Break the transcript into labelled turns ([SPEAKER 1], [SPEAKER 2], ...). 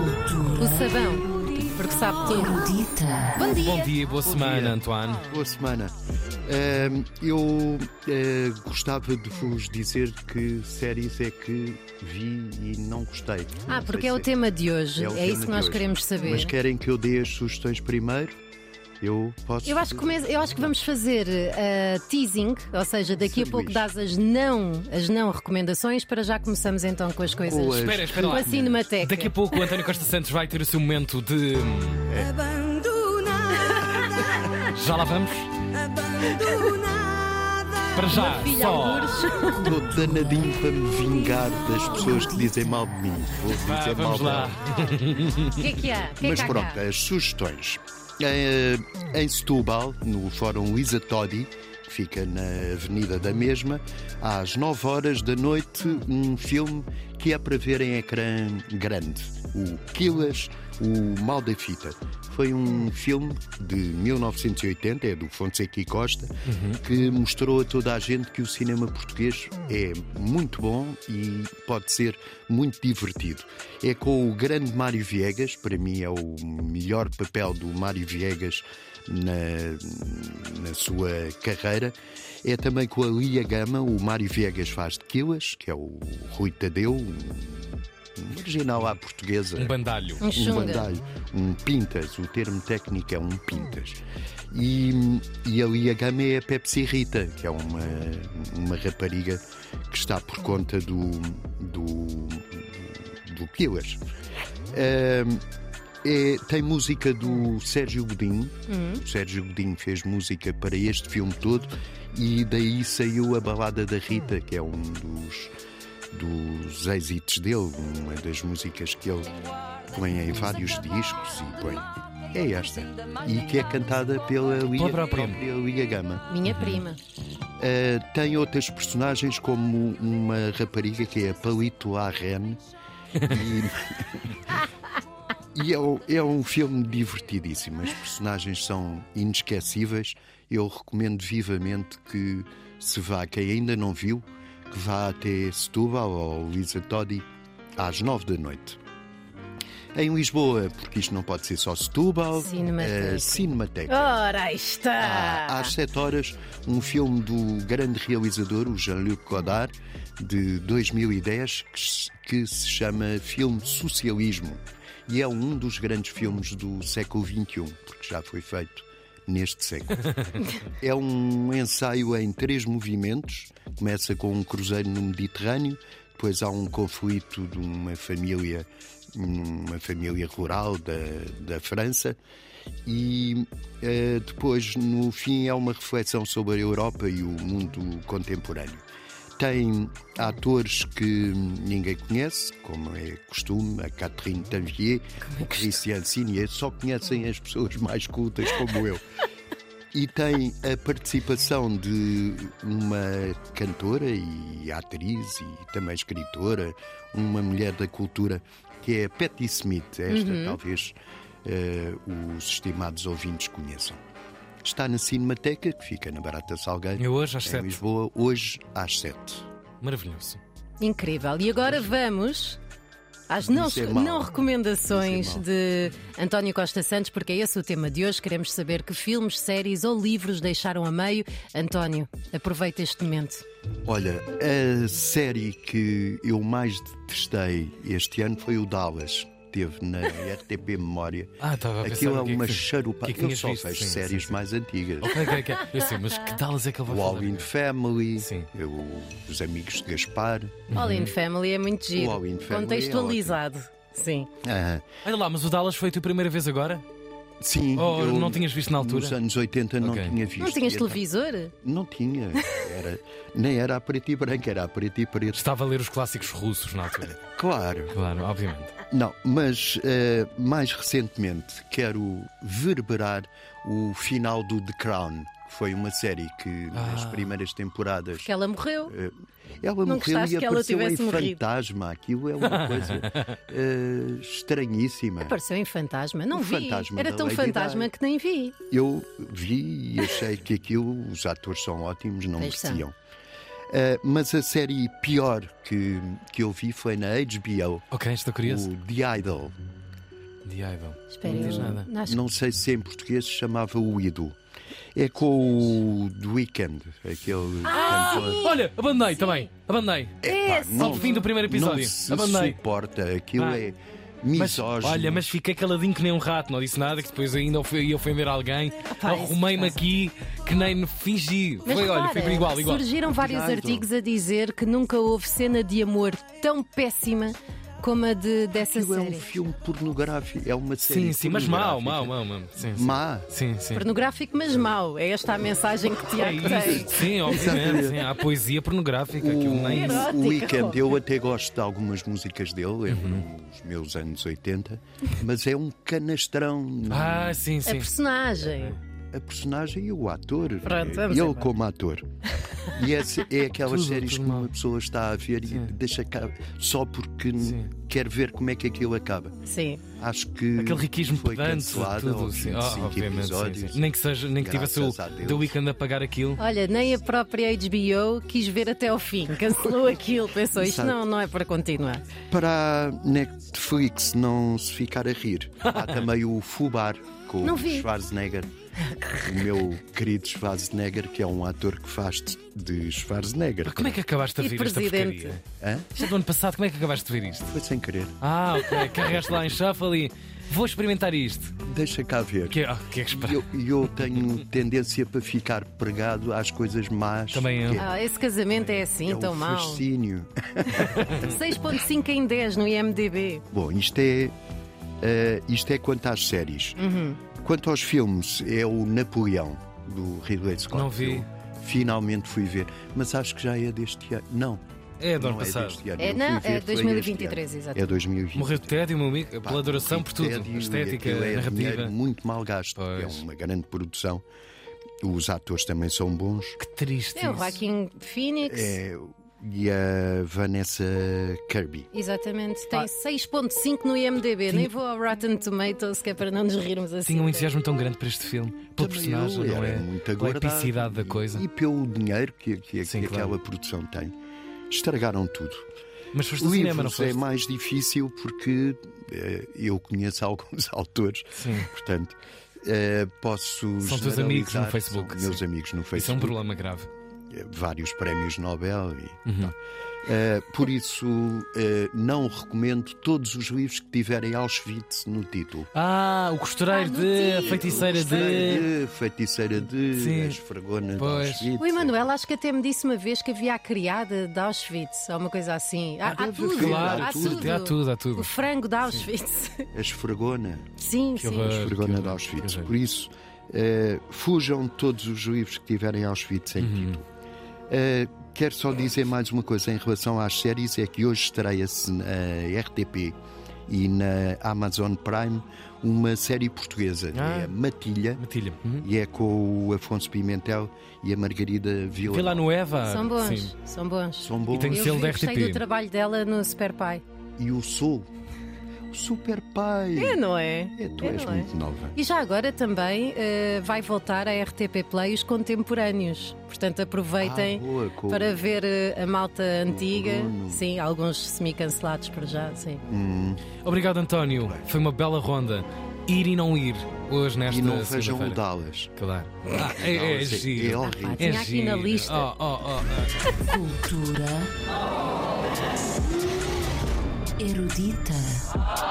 [SPEAKER 1] o sabão, porque sabe tudo.
[SPEAKER 2] Erudita.
[SPEAKER 1] Bom dia.
[SPEAKER 3] Bom dia e boa semana, Antoine.
[SPEAKER 4] Boa semana. Ahm, eu eh, gostava de vos dizer que séries é que vi e não gostei.
[SPEAKER 1] Ah,
[SPEAKER 4] Não
[SPEAKER 1] porque
[SPEAKER 4] sei
[SPEAKER 1] é o
[SPEAKER 4] se-
[SPEAKER 1] tema de hoje.
[SPEAKER 4] é o
[SPEAKER 1] É,
[SPEAKER 4] tema
[SPEAKER 1] isso que
[SPEAKER 4] de
[SPEAKER 1] nós
[SPEAKER 4] hoje.
[SPEAKER 1] queremos saber.
[SPEAKER 4] Mas querem que eu dê as sugestões primeiro? Eu posso.
[SPEAKER 1] Eu acho, que come- eu acho que vamos fazer eh, teasing, ou seja, daqui a
[SPEAKER 4] Sanduíche.
[SPEAKER 1] pouco dás as não, as não recomendações para já começamos então com as coisas.
[SPEAKER 4] Com as-
[SPEAKER 3] Espera, espera
[SPEAKER 1] Com
[SPEAKER 3] lá.
[SPEAKER 1] a Cinemateca.
[SPEAKER 3] Daqui a pouco o António Costa Santos vai ter o seu momento de. hum, Já lá vamos? Para já,
[SPEAKER 1] Filha
[SPEAKER 3] só.
[SPEAKER 1] Algures.
[SPEAKER 4] Estou danadinho para me vingar das pessoas que dizem mal de mim. Vou
[SPEAKER 3] Vá,
[SPEAKER 4] dizer mal
[SPEAKER 3] Ah, vamos lá.
[SPEAKER 4] delas.
[SPEAKER 1] O que é que há? O que é
[SPEAKER 4] Mas
[SPEAKER 1] que há
[SPEAKER 4] pronto,
[SPEAKER 1] cá?
[SPEAKER 4] as sugestões. Eh, Em Setúbal, no Fórum Lisa Todi, que fica na Avenida da Mesma, às 9 horas da noite, um filme que é para ver em ecrã grande: O Quilas, O Mal da Fita. Foi um filme de 1980, é do Fonseca e Costa, que mostrou a toda a gente que o cinema português é muito bom e pode ser muito divertido. É com o grande Mário Viegas, para mim é o melhor papel do Mário Viegas na, na sua carreira. É também com a Lia Gama, o Mário Viegas faz de Quilas, que é o Rui Tadeu, um marginal à portuguesa
[SPEAKER 3] Um bandalho.
[SPEAKER 1] Um
[SPEAKER 4] um
[SPEAKER 1] chunga.
[SPEAKER 4] bandalho, um pintas, o termo técnico é um pintas. E, e ali a gama é a Pepsi Rita, que é uma, uma rapariga que está por conta do, do, do Killers. Ahm, é- tem música do Sérgio Godinho. O Sérgio Godinho fez música para este filme todo e daí saiu a Balada da Rita, que é um dos, dos êxitos dele, uma das músicas que ele põe em vários discos e põe. É esta. E que é cantada pela Lia,
[SPEAKER 3] Palavra à prima.
[SPEAKER 4] própria Lia Gama.
[SPEAKER 1] Minha prima.
[SPEAKER 4] Uh, tem outras personagens como uma rapariga que é a Palito La Reine e, e é, um- é um filme divertidíssimo. As personagens são inesquecíveis. Eu recomendo vivamente que se vá, quem ainda não viu, que vá até Setúbal ou Lisa Todi às nove da noite. Em Lisboa, porque isto não pode ser só Setúbal,
[SPEAKER 1] Cinemateca.
[SPEAKER 4] eh, Cinemateca.
[SPEAKER 1] Ora aí
[SPEAKER 4] Ah,
[SPEAKER 1] está!
[SPEAKER 4] Às 7 horas, um filme do grande realizador, o Jean-Luc Godard, de 2010, que se- que se chama Filme Socialismo. E é um dos grandes filmes do século XXI, porque já foi feito neste século. é um ensaio em três movimentos. Começa com um cruzeiro no Mediterrâneo, depois há um conflito de uma família, uma família rural da, da França, e eh, depois, no fim, é uma reflexão sobre a Europa e o mundo contemporâneo. Tem atores que ninguém conhece, como é costume, a Catherine Tanvier, o Christian Sinier, só conhecem as pessoas mais cultas como eu e tem a participação de uma cantora e atriz e também escritora, uma mulher da cultura, que é Patti Smith. Esta
[SPEAKER 3] Uhum.
[SPEAKER 4] talvez eh, os estimados ouvintes conheçam. Está na Cinemateca, que fica na Barata Salgueiro,
[SPEAKER 3] Eu hoje às
[SPEAKER 4] em
[SPEAKER 3] 7.
[SPEAKER 4] Lisboa, hoje às 7.
[SPEAKER 3] Maravilhoso.
[SPEAKER 1] Incrível. E agora vamos às não,
[SPEAKER 4] Isso é mau.
[SPEAKER 1] não recomendações
[SPEAKER 4] Isso é mau.
[SPEAKER 1] de António Costa Santos, porque é esse o tema de hoje. Queremos saber que filmes, séries ou livros deixaram a meio. António, aproveita este momento.
[SPEAKER 4] Olha, a série que eu mais detestei este ano foi o Dallas. Teve na RTP Memória.
[SPEAKER 3] Ah, estava a pensar.
[SPEAKER 4] Aquilo é
[SPEAKER 3] no que que
[SPEAKER 4] uma
[SPEAKER 3] sim. O
[SPEAKER 4] charupa.
[SPEAKER 3] que é que
[SPEAKER 4] eu
[SPEAKER 3] tinhas
[SPEAKER 4] só
[SPEAKER 3] visto?
[SPEAKER 4] vejo
[SPEAKER 3] Sim,
[SPEAKER 4] séries
[SPEAKER 3] sim, Oh, sim.
[SPEAKER 4] mais antigas.
[SPEAKER 3] Ok, ok, ok. Eu sei, mas que talas é que ele vai
[SPEAKER 4] O All
[SPEAKER 3] falar?
[SPEAKER 4] in Family,
[SPEAKER 3] Sim.
[SPEAKER 4] eu- os amigos de Gaspar.
[SPEAKER 1] All in Family é muito giro.
[SPEAKER 4] O Uhum. All in Family é
[SPEAKER 1] Contextualizado. Sim.
[SPEAKER 4] Ah,
[SPEAKER 3] Olha lá, mas o Dallas foi a tua primeira vez agora?
[SPEAKER 4] sim.
[SPEAKER 3] Ou
[SPEAKER 4] eu,
[SPEAKER 3] Oh, não tinhas visto na altura?
[SPEAKER 4] Nos anos 80 não
[SPEAKER 3] Ok.
[SPEAKER 4] tinha visto.
[SPEAKER 1] Não tinhas
[SPEAKER 4] E,
[SPEAKER 1] televisor?
[SPEAKER 4] então, Não tinha. Era, nem era a preto e branco, era a preto e preto.
[SPEAKER 3] Estava a ler os clássicos russos na altura.
[SPEAKER 4] Claro.
[SPEAKER 3] Claro, obviamente.
[SPEAKER 4] Não, mas eh, mais recentemente quero verberar o final do The Crown, que foi uma série que nas primeiras temporadas
[SPEAKER 1] Que ela morreu.
[SPEAKER 4] Eh, Ela
[SPEAKER 1] Ah. Não
[SPEAKER 4] morreu
[SPEAKER 1] gostaste
[SPEAKER 4] e
[SPEAKER 1] que ela
[SPEAKER 4] apareceu em
[SPEAKER 1] tivesse morrido.
[SPEAKER 4] fantasma. Aquilo é uma coisa eh, estranhíssima.
[SPEAKER 1] Apareceu em fantasma. Não
[SPEAKER 4] O
[SPEAKER 1] vi.
[SPEAKER 4] fantasma
[SPEAKER 1] Era
[SPEAKER 4] da
[SPEAKER 1] tão
[SPEAKER 4] Lady
[SPEAKER 1] fantasma
[SPEAKER 4] Di.
[SPEAKER 1] que nem vi.
[SPEAKER 4] Eu vi e achei que aquilo, os atores são ótimos, não
[SPEAKER 1] Pois são.
[SPEAKER 4] mereciam. Eh, mas a série pior que, que eu vi foi na HBO,
[SPEAKER 3] Ok, estou curioso.
[SPEAKER 4] o The Idol.
[SPEAKER 3] The Idol.
[SPEAKER 1] Espera,
[SPEAKER 3] não diz
[SPEAKER 1] eu-
[SPEAKER 3] nada.
[SPEAKER 1] Acho que-
[SPEAKER 4] Não sei se em português se chamava o ídolo. É com o The Weeknd, aquele cantor.
[SPEAKER 3] Olha, abandonei também. Abandonei.
[SPEAKER 4] Epá,
[SPEAKER 1] Ah, Esse.
[SPEAKER 3] Ao fim do primeiro
[SPEAKER 4] Não
[SPEAKER 3] episódio.
[SPEAKER 4] se
[SPEAKER 3] Abandonei.
[SPEAKER 4] suporta, aquilo
[SPEAKER 3] Ah.
[SPEAKER 4] é
[SPEAKER 3] Mas,
[SPEAKER 4] misógino.
[SPEAKER 3] olha, mas fiquei caladinho que nem um rato, não disse nada, que depois ainda fui- ia ofender alguém.
[SPEAKER 1] Ah, pá, isso
[SPEAKER 3] Arrumei-me
[SPEAKER 1] faz-
[SPEAKER 3] aqui que nem fingi.
[SPEAKER 1] Mas
[SPEAKER 3] foi, olha,
[SPEAKER 1] repara,
[SPEAKER 3] foi igual, igual.
[SPEAKER 1] surgiram vários
[SPEAKER 4] Exato.
[SPEAKER 1] artigos a dizer que nunca houve cena de amor tão péssima como a de, dessa
[SPEAKER 4] Aquilo é um
[SPEAKER 1] série.
[SPEAKER 4] filme pornográfico, é uma série
[SPEAKER 3] Sim, sim, mas mau, mau, mau, mau. Sim, sim.
[SPEAKER 4] Má.
[SPEAKER 3] Sim, sim.
[SPEAKER 1] Pornográfico, mas mau. É esta a mensagem que
[SPEAKER 3] É
[SPEAKER 1] Tiago tem.
[SPEAKER 3] isso, sim, obviamente. sim. Há poesia pornográfica, É aquilo nem.
[SPEAKER 1] Era
[SPEAKER 4] O,
[SPEAKER 1] Erótico.
[SPEAKER 4] o Weekend, eu até gosto de algumas músicas dele, lembro-me
[SPEAKER 3] Uhum.
[SPEAKER 4] dos meus anos 80, mas é um canastrão. não- é?
[SPEAKER 3] Ah, sim,
[SPEAKER 1] A
[SPEAKER 3] sim.
[SPEAKER 1] personagem.
[SPEAKER 4] A personagem e o ator.
[SPEAKER 1] Pronto, vamos
[SPEAKER 4] ele
[SPEAKER 1] embora.
[SPEAKER 4] como ator. E essa é aquelas
[SPEAKER 3] Tudo,
[SPEAKER 4] séries
[SPEAKER 3] tudo
[SPEAKER 4] que
[SPEAKER 3] mal.
[SPEAKER 4] uma pessoa está a ver e deixa cá só porque
[SPEAKER 3] Sim.
[SPEAKER 4] quer ver como é que aquilo acaba.
[SPEAKER 1] Sim.
[SPEAKER 4] Acho que
[SPEAKER 3] Aquele riquismo
[SPEAKER 4] foi
[SPEAKER 3] pedante,
[SPEAKER 4] cancelada
[SPEAKER 3] tudo.
[SPEAKER 4] aos
[SPEAKER 3] Sim.
[SPEAKER 4] 25
[SPEAKER 3] Ah, obviamente, sim,
[SPEAKER 4] episódios.
[SPEAKER 3] sim. Nem que, seja, nem que tivesse o
[SPEAKER 4] Graças a Deus.
[SPEAKER 3] The Weeknd a pagar aquilo.
[SPEAKER 1] Olha, nem a própria HBO quis ver até ao fim. Cancelou aquilo. Pensou, isto
[SPEAKER 4] Exato.
[SPEAKER 1] não, não é para continuar.
[SPEAKER 4] Para a Netflix não se ficar a rir, há também o Fubar com
[SPEAKER 1] Não
[SPEAKER 4] o
[SPEAKER 1] vi.
[SPEAKER 4] Schwarzenegger. O meu querido Schwarzenegger, que é um ator que faz de- de Schwarzenegger.
[SPEAKER 3] Como é que acabaste a
[SPEAKER 1] E
[SPEAKER 3] ver esta
[SPEAKER 1] presidente.
[SPEAKER 3] porcaria?
[SPEAKER 4] Hã?
[SPEAKER 3] Isto é do ano passado, como é que acabaste de ver isto?
[SPEAKER 4] Foi sem querer.
[SPEAKER 3] Ah, ok. Carregaste lá em shuffle e vou experimentar isto.
[SPEAKER 4] Deixa cá ver.
[SPEAKER 3] Que, ah, que é que espera?
[SPEAKER 4] E eu, e eu tenho tendência para ficar pregado às coisas más.
[SPEAKER 3] Também eu.
[SPEAKER 4] que
[SPEAKER 1] Ah, esse casamento é assim,
[SPEAKER 4] É
[SPEAKER 1] tão
[SPEAKER 4] o
[SPEAKER 1] mau.
[SPEAKER 4] fascínio.
[SPEAKER 1] 6.5 em 10 no IMDB.
[SPEAKER 4] Bom, isto é, eh, isto é quanto às séries.
[SPEAKER 1] Uhum.
[SPEAKER 4] Quanto aos filmes, é o Napoleão, do Ridley Scott.
[SPEAKER 3] Não vi.
[SPEAKER 4] Eu finalmente fui ver, mas acho que já é deste ano. Não,
[SPEAKER 3] É do ano
[SPEAKER 4] não é
[SPEAKER 3] passado.
[SPEAKER 4] deste ano.
[SPEAKER 1] É,
[SPEAKER 4] Eu
[SPEAKER 1] não,
[SPEAKER 4] fui ver,
[SPEAKER 1] é
[SPEAKER 4] foi
[SPEAKER 1] 2023,
[SPEAKER 4] este ano.
[SPEAKER 1] exato.
[SPEAKER 4] É 2023.
[SPEAKER 3] Morreu de tédio, meu amigo, pela duração, por tudo.
[SPEAKER 4] Tédio,
[SPEAKER 3] A estética,
[SPEAKER 4] aquilo é
[SPEAKER 3] narrativa.
[SPEAKER 4] dinheiro muito mal gasto. porque
[SPEAKER 3] Pois.
[SPEAKER 4] É uma grande produção. Os atores também são bons.
[SPEAKER 3] Que triste.
[SPEAKER 1] É o
[SPEAKER 3] isso.
[SPEAKER 1] Joaquim Phoenix.
[SPEAKER 4] É, e a Vanessa Kirby.
[SPEAKER 1] Exatamente, tem
[SPEAKER 3] Ah.
[SPEAKER 1] 6.5 no IMDB. Nem vou ao Rotten Tomatoes, que é para não nos rirmos assim.
[SPEAKER 3] Tinha um entusiasmo tão grande para este filme. Pelo personagem,
[SPEAKER 4] Também eu
[SPEAKER 3] não
[SPEAKER 4] era
[SPEAKER 3] é?
[SPEAKER 4] muito
[SPEAKER 3] Pela
[SPEAKER 4] aguardado.
[SPEAKER 3] epicidade da coisa.
[SPEAKER 4] E pelo dinheiro que, que-
[SPEAKER 3] Sim,
[SPEAKER 4] que
[SPEAKER 3] claro.
[SPEAKER 4] aquela produção tem. Estragaram tudo.
[SPEAKER 3] Mas foste ao
[SPEAKER 4] Livros
[SPEAKER 3] cinema, não
[SPEAKER 4] é
[SPEAKER 3] foste?
[SPEAKER 4] mais difícil porque eh, eu conheço alguns autores,
[SPEAKER 3] Sim.
[SPEAKER 4] portanto. eh, posso
[SPEAKER 3] São teus amigos no
[SPEAKER 4] generalizar,
[SPEAKER 3] Facebook,
[SPEAKER 4] são meus
[SPEAKER 3] sim.
[SPEAKER 4] amigos no
[SPEAKER 3] Isso é um
[SPEAKER 4] Facebook
[SPEAKER 3] problema grave.
[SPEAKER 4] eh, vários prémios Nobel e
[SPEAKER 3] Uhum.
[SPEAKER 4] tal. Eh, por isso eh, não recomendo todos os livros que tiverem Auschwitz no título
[SPEAKER 3] Ah, o costureiro
[SPEAKER 1] Ah, no
[SPEAKER 3] de. A
[SPEAKER 1] tiro.
[SPEAKER 3] feiticeira de.
[SPEAKER 4] Feiticeira de, feiticeira de,
[SPEAKER 3] Sim.
[SPEAKER 4] as fregonas de
[SPEAKER 3] Pois.
[SPEAKER 4] Auschwitz.
[SPEAKER 1] O Emanuel acho que até me disse uma vez que havia a criada de Auschwitz, ou uma coisa assim. Há, há
[SPEAKER 4] deve
[SPEAKER 1] tudo,
[SPEAKER 4] haver,
[SPEAKER 3] Ah, Claro,
[SPEAKER 1] há
[SPEAKER 3] tudo,
[SPEAKER 1] tudo.
[SPEAKER 3] há tudo, há tudo.
[SPEAKER 1] O frango de Auschwitz.
[SPEAKER 4] As fregona,
[SPEAKER 1] Sim,
[SPEAKER 3] Que
[SPEAKER 1] sim.
[SPEAKER 3] horror.
[SPEAKER 4] as fregona
[SPEAKER 3] que
[SPEAKER 4] de
[SPEAKER 3] horror,
[SPEAKER 4] Auschwitz.
[SPEAKER 3] que horror.
[SPEAKER 4] Por isso, eh, fujam de todos os livros que tiverem Auschwitz em
[SPEAKER 3] Uhum.
[SPEAKER 4] título. Eh, quero só dizer mais uma coisa em relação às séries: é que hoje estreia-se na RTP e na Amazon Prime uma série portuguesa,
[SPEAKER 3] Ah.
[SPEAKER 4] é a Matilha,
[SPEAKER 3] Matilha. Uhum.
[SPEAKER 4] e é com o Afonso Pimentel e a Margarida Vila.
[SPEAKER 3] Vila Nueva.
[SPEAKER 1] São bons,
[SPEAKER 3] Sim.
[SPEAKER 1] são bons.
[SPEAKER 4] São bons.
[SPEAKER 3] E tem-
[SPEAKER 1] Eu
[SPEAKER 3] Selo
[SPEAKER 1] vi-
[SPEAKER 3] da
[SPEAKER 1] gostei
[SPEAKER 3] RTP.
[SPEAKER 1] do trabalho dela no Super Pai.
[SPEAKER 4] E o Sul, o Super Pai.
[SPEAKER 1] É, não é?
[SPEAKER 4] É, tu
[SPEAKER 1] É,
[SPEAKER 4] és
[SPEAKER 1] não é?
[SPEAKER 4] muito nova.
[SPEAKER 1] E já agora também eh, vai voltar a RTP Play os contemporâneos. Portanto, aproveitem
[SPEAKER 4] Ah, boa, com-
[SPEAKER 1] para ver eh, a malta antiga.
[SPEAKER 4] Bruno.
[SPEAKER 1] Sim, alguns semi-cancelados por já, sim.
[SPEAKER 3] Obrigado, António. Foi uma bela ronda. Ir e não ir hoje nesta
[SPEAKER 4] E não vejam o
[SPEAKER 3] segunda-feira.
[SPEAKER 4] Dallas.
[SPEAKER 3] Claro. Ah, é, é,
[SPEAKER 4] Dallas
[SPEAKER 3] giro.
[SPEAKER 4] é
[SPEAKER 1] Pá,
[SPEAKER 4] horrível.
[SPEAKER 1] tinha aqui na
[SPEAKER 3] giro.
[SPEAKER 1] lista.
[SPEAKER 3] Oh, oh, oh, oh.
[SPEAKER 2] Cultura erudita.